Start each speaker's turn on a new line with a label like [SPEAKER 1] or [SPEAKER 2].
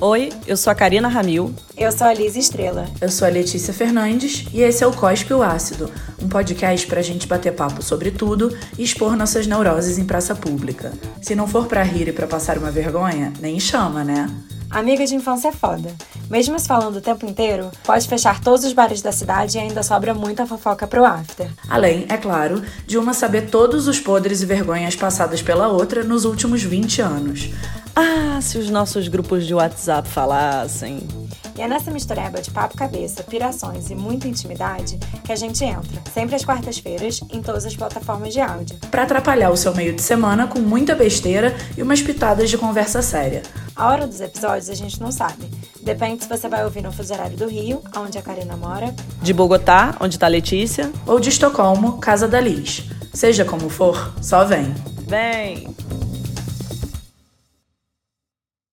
[SPEAKER 1] Oi, eu sou a Karina Ramil.
[SPEAKER 2] Eu sou a Liz Estrela.
[SPEAKER 3] Eu sou a Letícia Fernandes e esse é o Cospe o Ácido, um podcast pra gente bater papo sobre tudo e expor nossas neuroses em praça pública. Se não for pra rir e pra passar uma vergonha, nem chama, né?
[SPEAKER 2] Amiga de infância é foda. Mesmo se falando o tempo inteiro, pode fechar todos os bares da cidade e ainda sobra muita fofoca pro after.
[SPEAKER 3] Além, é claro, de uma saber todos os podres e vergonhas passadas pela outra nos últimos 20 anos.
[SPEAKER 1] Ah, se os nossos grupos de WhatsApp falassem.
[SPEAKER 2] E é nessa mistureba de papo cabeça, pirações e muita intimidade que a gente entra, sempre às quartas-feiras, em todas as plataformas de áudio.
[SPEAKER 3] Pra atrapalhar o seu meio de semana com muita besteira e umas pitadas de conversa séria.
[SPEAKER 2] A hora dos episódios a gente não sabe. Depende se você vai ouvir no fuso horário do Rio, onde a Karina mora,
[SPEAKER 1] De Bogotá, onde tá a Letícia.
[SPEAKER 3] Ou de Estocolmo, Casa da Liz. Seja como for, só vem.
[SPEAKER 1] Vem!